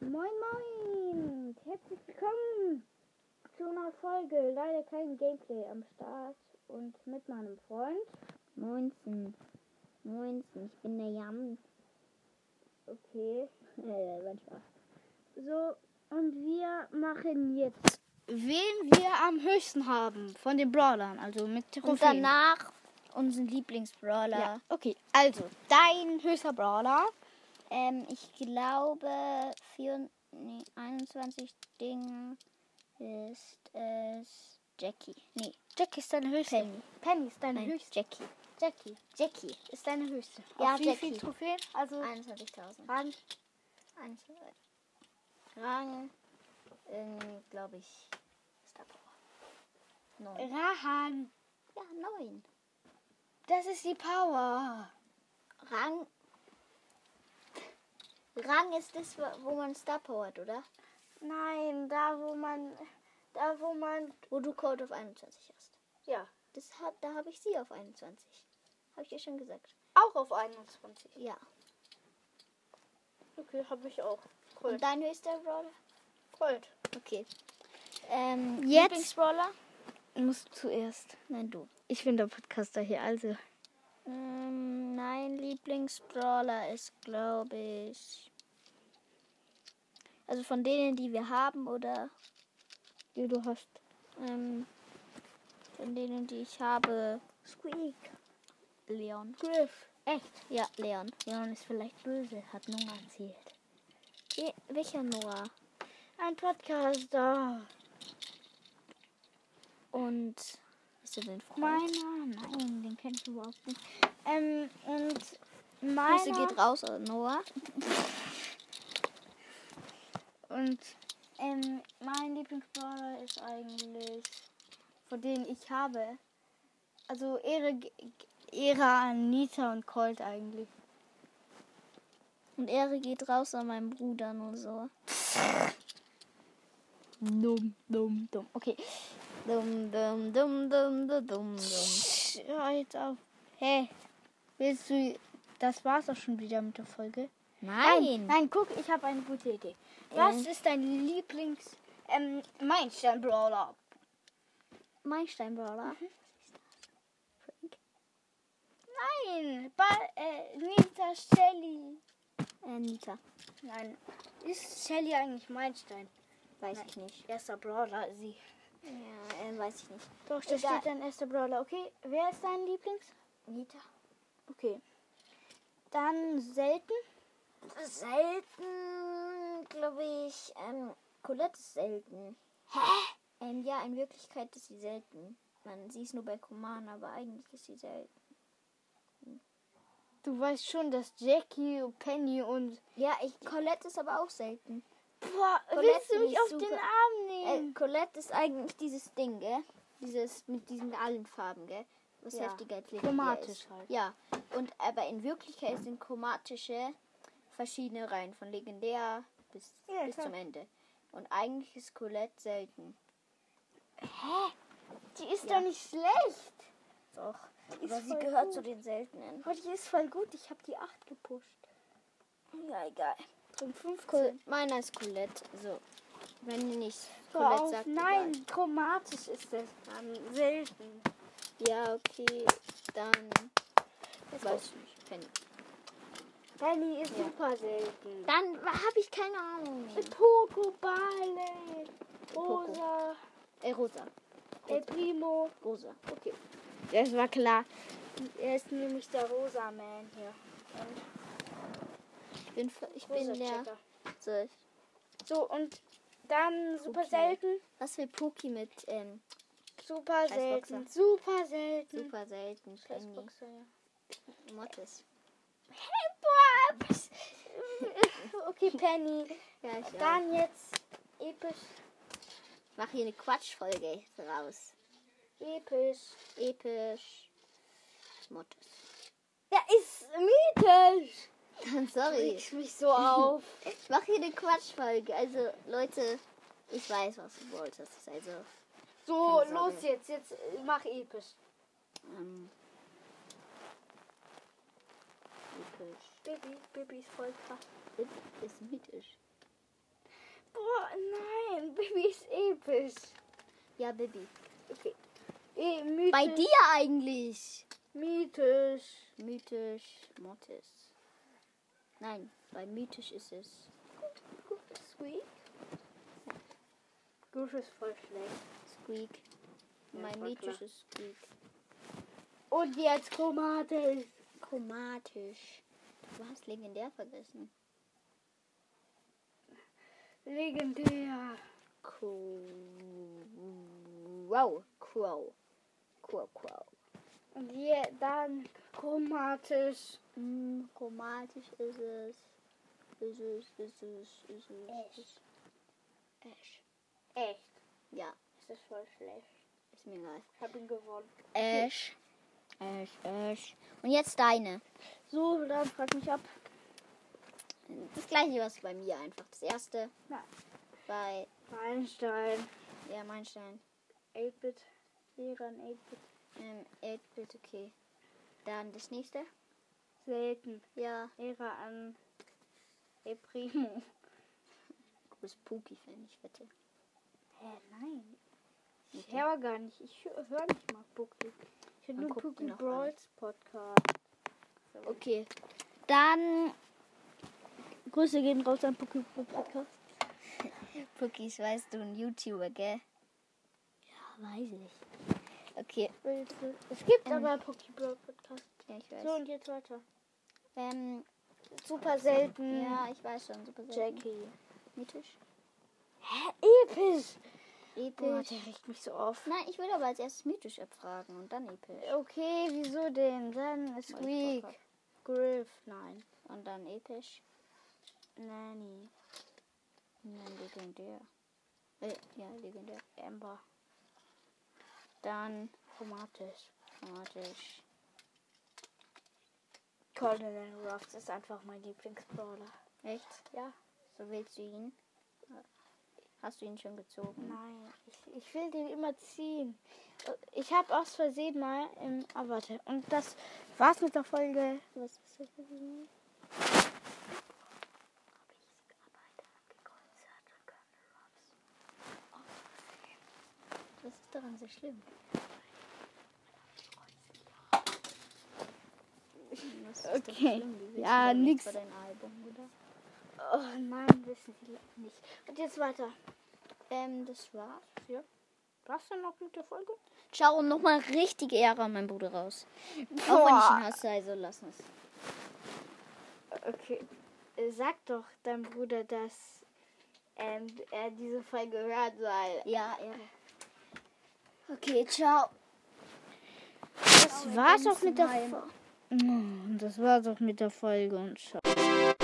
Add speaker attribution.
Speaker 1: Moin Moin! Herzlich willkommen zu einer Folge. Leider kein Gameplay am Start und mit meinem Freund.
Speaker 2: Moinsen. Moinsen, ich bin der Jan.
Speaker 1: Okay.
Speaker 2: Äh, mein Spaß.
Speaker 1: So, und wir machen jetzt, wen wir am höchsten haben von den Brawlern, also mit Trophäen.
Speaker 2: Und danach unseren Lieblingsbrawler.
Speaker 1: Ja, okay. Also, dein höchster Brawler.
Speaker 2: Ähm, ich glaube, vier, nee, 21 Dinge ist es Jackie. Nee,
Speaker 1: Jackie ist deine höchste.
Speaker 2: Penny.
Speaker 1: Penny ist deine
Speaker 2: Nein,
Speaker 1: höchste.
Speaker 2: Jackie.
Speaker 1: Jackie
Speaker 2: Jackie.
Speaker 1: ist deine höchste.
Speaker 2: Ja,
Speaker 1: Auf wie
Speaker 2: Jackie.
Speaker 1: viel Trophäen? Also,
Speaker 2: 21.000.
Speaker 1: Rang
Speaker 2: Eins, zwei. Rang, ähm, glaube ich, Star Power. Neun.
Speaker 1: Rahan,
Speaker 2: Äh, Ja, neun.
Speaker 1: das ist die Power.
Speaker 2: Rang. Rang ist das, wo man Star Power hat, oder?
Speaker 1: Nein, da wo man, da wo man,
Speaker 2: Wo du Code auf 21 hast.
Speaker 1: ja,
Speaker 2: Das hat, da habe ich sie auf 21. Habe ich ja schon gesagt.
Speaker 1: auch auf 21.
Speaker 2: Ja.
Speaker 1: Okay, habe ich auch.
Speaker 2: Und dein höchster Brawler?
Speaker 1: Gold.
Speaker 2: Okay. Ähm,
Speaker 1: Jetzt-
Speaker 2: Lieblingsbrawler?
Speaker 1: Musst zuerst.
Speaker 2: Nein, du.
Speaker 1: Ich bin der Podcaster hier, also.
Speaker 2: Ähm, mein Lieblingsbrawler ist, glaube ich. Also von denen, die wir haben, oder
Speaker 1: Die du hast.
Speaker 2: ähm, von denen, die ich habe,
Speaker 1: Squeak.
Speaker 2: Leon.
Speaker 1: Griff. Echt?
Speaker 2: Ja, Leon. Leon ist vielleicht böse, hat Noah erzählt. Je, welcher Noah?
Speaker 1: Ein Podcaster.
Speaker 2: Und hast du den Freund?
Speaker 1: Meiner? Nein, den kennst du überhaupt nicht. Ähm, und
Speaker 2: Grüße
Speaker 1: meiner.
Speaker 2: geht raus an Noah.
Speaker 1: Und ähm, mein Lieblingsbrawler ist eigentlich, von denen ich habe, also Ehre, g- g- Ehre an Nita und Colt eigentlich.
Speaker 2: Und Ehre geht raus an meinen Bruder nur so.
Speaker 1: Dumm, dumm, dumm. Okay,
Speaker 2: Dum, dum, dum, dum, dum, dum, dum.
Speaker 1: Psst, hör jetzt auf. Hey, willst du, das war's auch schon wieder mit der Folge?
Speaker 2: Nein!
Speaker 1: Nein, guck, ich habe eine gute Idee. Was
Speaker 2: Ja.
Speaker 1: ist dein Lieblings, ähm, Meilenstein-Brawler?
Speaker 2: Meilenstein-Brawler.
Speaker 1: Mhm. Nein, ba äh, Nita Shelly.
Speaker 2: Äh, Nita.
Speaker 1: Nein. Ist Shelly eigentlich Meilenstein?
Speaker 2: Weiß
Speaker 1: Nein.
Speaker 2: ich nicht.
Speaker 1: Erster Brawler, sie.
Speaker 2: Ja, äh, weiß ich nicht.
Speaker 1: Doch, da
Speaker 2: Egal.
Speaker 1: steht dann erster Brawler. Okay, wer ist dein Lieblings?
Speaker 2: Nita?
Speaker 1: Okay. Dann selten.
Speaker 2: Selten, glaube ich. Ähm, Colette ist selten. Hä? Ähm, ja, in Wirklichkeit ist sie selten. Man, sie ist nur bei Command, aber eigentlich ist sie selten.
Speaker 1: Du weißt schon, dass Jackie, Penny und...
Speaker 2: Ja, ich, Colette ist aber auch selten.
Speaker 1: Boah, willst
Speaker 2: Colette
Speaker 1: du mich
Speaker 2: ist
Speaker 1: auf
Speaker 2: super.
Speaker 1: den Arm nehmen?
Speaker 2: Äh, Colette ist eigentlich dieses Ding, gell? Dieses mit diesen allen Farben, gell? Was
Speaker 1: Ja.
Speaker 2: heftiger als
Speaker 1: Chromatisch
Speaker 2: ist.
Speaker 1: halt.
Speaker 2: Ja. Und aber in Wirklichkeit sind chromatische verschiedene Reihen von legendär bis,
Speaker 1: Ja,
Speaker 2: bis
Speaker 1: klar.
Speaker 2: zum Ende. Und eigentlich ist Colette selten.
Speaker 1: die ist
Speaker 2: ja.
Speaker 1: doch nicht schlecht.
Speaker 2: Doch.
Speaker 1: ist
Speaker 2: aber sie
Speaker 1: voll
Speaker 2: gehört
Speaker 1: gut.
Speaker 2: zu den seltenen.
Speaker 1: Oh, die ist voll gut. Ich habe die 8 gepusht.
Speaker 2: Ja, egal.
Speaker 1: Drum 15.
Speaker 2: Col meiner ist Colette. So. Wenn ihr nicht
Speaker 1: Hör
Speaker 2: Colette
Speaker 1: auf.
Speaker 2: sagt.
Speaker 1: Nein, chromatisch ist das. Mann. Selten.
Speaker 2: egal. Ja, okay. Dann. weiß ich nicht. Penny.
Speaker 1: Penny ist
Speaker 2: Ja.
Speaker 1: super selten.
Speaker 2: Dann habe ich keine Ahnung. mehr.
Speaker 1: Pokoball, Rosa,
Speaker 2: Äh, Rosa.
Speaker 1: El Primo.
Speaker 2: Rosa.
Speaker 1: Okay, das war klar. Er ist nämlich der Rosa Man hier.
Speaker 2: Ich bin, f- ich bin
Speaker 1: Rosa
Speaker 2: der.
Speaker 1: Checker.
Speaker 2: So,
Speaker 1: So, und dann super
Speaker 2: Okay.
Speaker 1: selten,
Speaker 2: was für Poki mit ähm,
Speaker 1: super
Speaker 2: Scheiß
Speaker 1: selten,
Speaker 2: Boxer.
Speaker 1: super selten.
Speaker 2: super selten.
Speaker 1: Hm. Scheiß
Speaker 2: Penny.
Speaker 1: Boxer, ja.
Speaker 2: Mottes.
Speaker 1: Hey, boah, was- okay, Penny.
Speaker 2: Ja, ich auch.
Speaker 1: Dann jetzt episch,
Speaker 2: Ich mache hier eine Quatschfolge raus.
Speaker 1: episch.
Speaker 2: Episch. Mottes.
Speaker 1: Ja, ist mythisch.
Speaker 2: Sorry.
Speaker 1: Regst mich so auf.
Speaker 2: Ich mache hier eine Quatschfolge. Also, Leute, ich weiß, was du wolltest. Also,
Speaker 1: So,
Speaker 2: Keine Sorge.
Speaker 1: los jetzt, jetzt äh, mach episch.
Speaker 2: ähm. Episch.
Speaker 1: Baby, Baby ist voll krass.
Speaker 2: Ist, ist mythisch.
Speaker 1: Bibi ist episch.
Speaker 2: Ja, Bibi.
Speaker 1: Okay. Eh, mythisch,
Speaker 2: Bei dir eigentlich.
Speaker 1: Mythisch.
Speaker 2: Mythisch Mortis. Nein, bei mythisch ist es.
Speaker 1: Squeak. Goof ist voll schlecht.
Speaker 2: Squeak.
Speaker 1: Ja,
Speaker 2: mein
Speaker 1: voll
Speaker 2: mythisch
Speaker 1: klar.
Speaker 2: ist Squeak.
Speaker 1: Und jetzt Chromatis.
Speaker 2: Chromatisch. Du hast legendär vergessen.
Speaker 1: Legendär.
Speaker 2: Crow. Crow. Crow, Crow.
Speaker 1: Und je, dann chromatisch.
Speaker 2: Mm, chromatisch ist es. Ist es, ist es, ist es.
Speaker 1: Ash.
Speaker 2: Ist Ash.
Speaker 1: Echt.
Speaker 2: Ja,
Speaker 1: Das ist voll schlecht.
Speaker 2: ist mir egal.
Speaker 1: Ich hab ihn gewonnen.
Speaker 2: Ash. Ash, Ash. Und jetzt deine.
Speaker 1: So, dann frag mich ab.
Speaker 2: Das gleiche was bei mir einfach. Das erste.
Speaker 1: Ja.
Speaker 2: Bei
Speaker 1: Einstein.
Speaker 2: ja, Meinstein.
Speaker 1: 8-Bit. Leran 8-Bit.
Speaker 2: Ähm, 8-Bit, okay. Dann das nächste.
Speaker 1: Selten.
Speaker 2: Ja,
Speaker 1: Ära an El Primo.
Speaker 2: du Spooky, finde ich, bitte.
Speaker 1: Hä, nein. Ich höre gar nicht. Ich höre nicht mal Puki. Ich höre
Speaker 2: Man
Speaker 1: nur
Speaker 2: guckt ihn
Speaker 1: Puki
Speaker 2: auch an.
Speaker 1: Brawls Podcast.
Speaker 2: Okay. Dann. Grüße gehen raus an Pucki Podcast. Puckis, weißt du, ein YouTuber, gell? Ja, Ah, weiß ich. Okay.
Speaker 1: Es gibt
Speaker 2: Ähm.
Speaker 1: aber Puki Brawls Podcast.
Speaker 2: Ja, ich
Speaker 1: So,
Speaker 2: weiß.
Speaker 1: und jetzt weiter.
Speaker 2: Ähm,
Speaker 1: Super selten.
Speaker 2: ja, ich weiß schon. Super selten.
Speaker 1: Jackie.
Speaker 2: Mythisch.
Speaker 1: Hä, Äh, episch. Boah,
Speaker 2: Episch.
Speaker 1: der regt mich so auf.
Speaker 2: Nein, ich würde aber als erstes mythisch abfragen und dann episch.
Speaker 1: Okay, wieso denn? Dann Squeak.
Speaker 2: Bock
Speaker 1: Griff. Nein.
Speaker 2: Und dann episch.
Speaker 1: Nanny.
Speaker 2: Und dann legendär. Äh, ja, legendär.
Speaker 1: Amber.
Speaker 2: Dann
Speaker 1: Chromatisch.
Speaker 2: automatisch.
Speaker 1: Colonel Ruffs ist einfach mein Lieblingsbrawler.
Speaker 2: Echt?
Speaker 1: Ja.
Speaker 2: So willst du ihn? Hast du ihn schon gezogen?
Speaker 1: Nein, ich, ich will den immer ziehen. Ich habe aus Versehen mal im. Ah, warte. Und das war's mit der Folge.
Speaker 2: Was ist das für ein Was Oh, ist daran so schlimm? Was ist daran
Speaker 1: Okay.
Speaker 2: schlimm? Die wissen
Speaker 1: Ja,
Speaker 2: doch nichts
Speaker 1: nix.
Speaker 2: über dein Album, oder?
Speaker 1: Oh nein, wissen die nicht. Und jetzt weiter.
Speaker 2: Ähm, das war's.
Speaker 1: Warst du noch mit der Folge?
Speaker 2: Ciao und nochmal richtige Ehre an meinen Bruder raus. Auch wenn ich ihn
Speaker 1: Boah.
Speaker 2: hasse, also lass uns.
Speaker 1: Okay. Äh, Sag doch deinem Bruder, dass ähm, er diese Folge hören soll.
Speaker 2: Ja, Ehre. Okay, ciao.
Speaker 1: Das war's auch mit der Hm,
Speaker 2: Heim.
Speaker 1: Folge. Das war's auch mit der Folge und schau.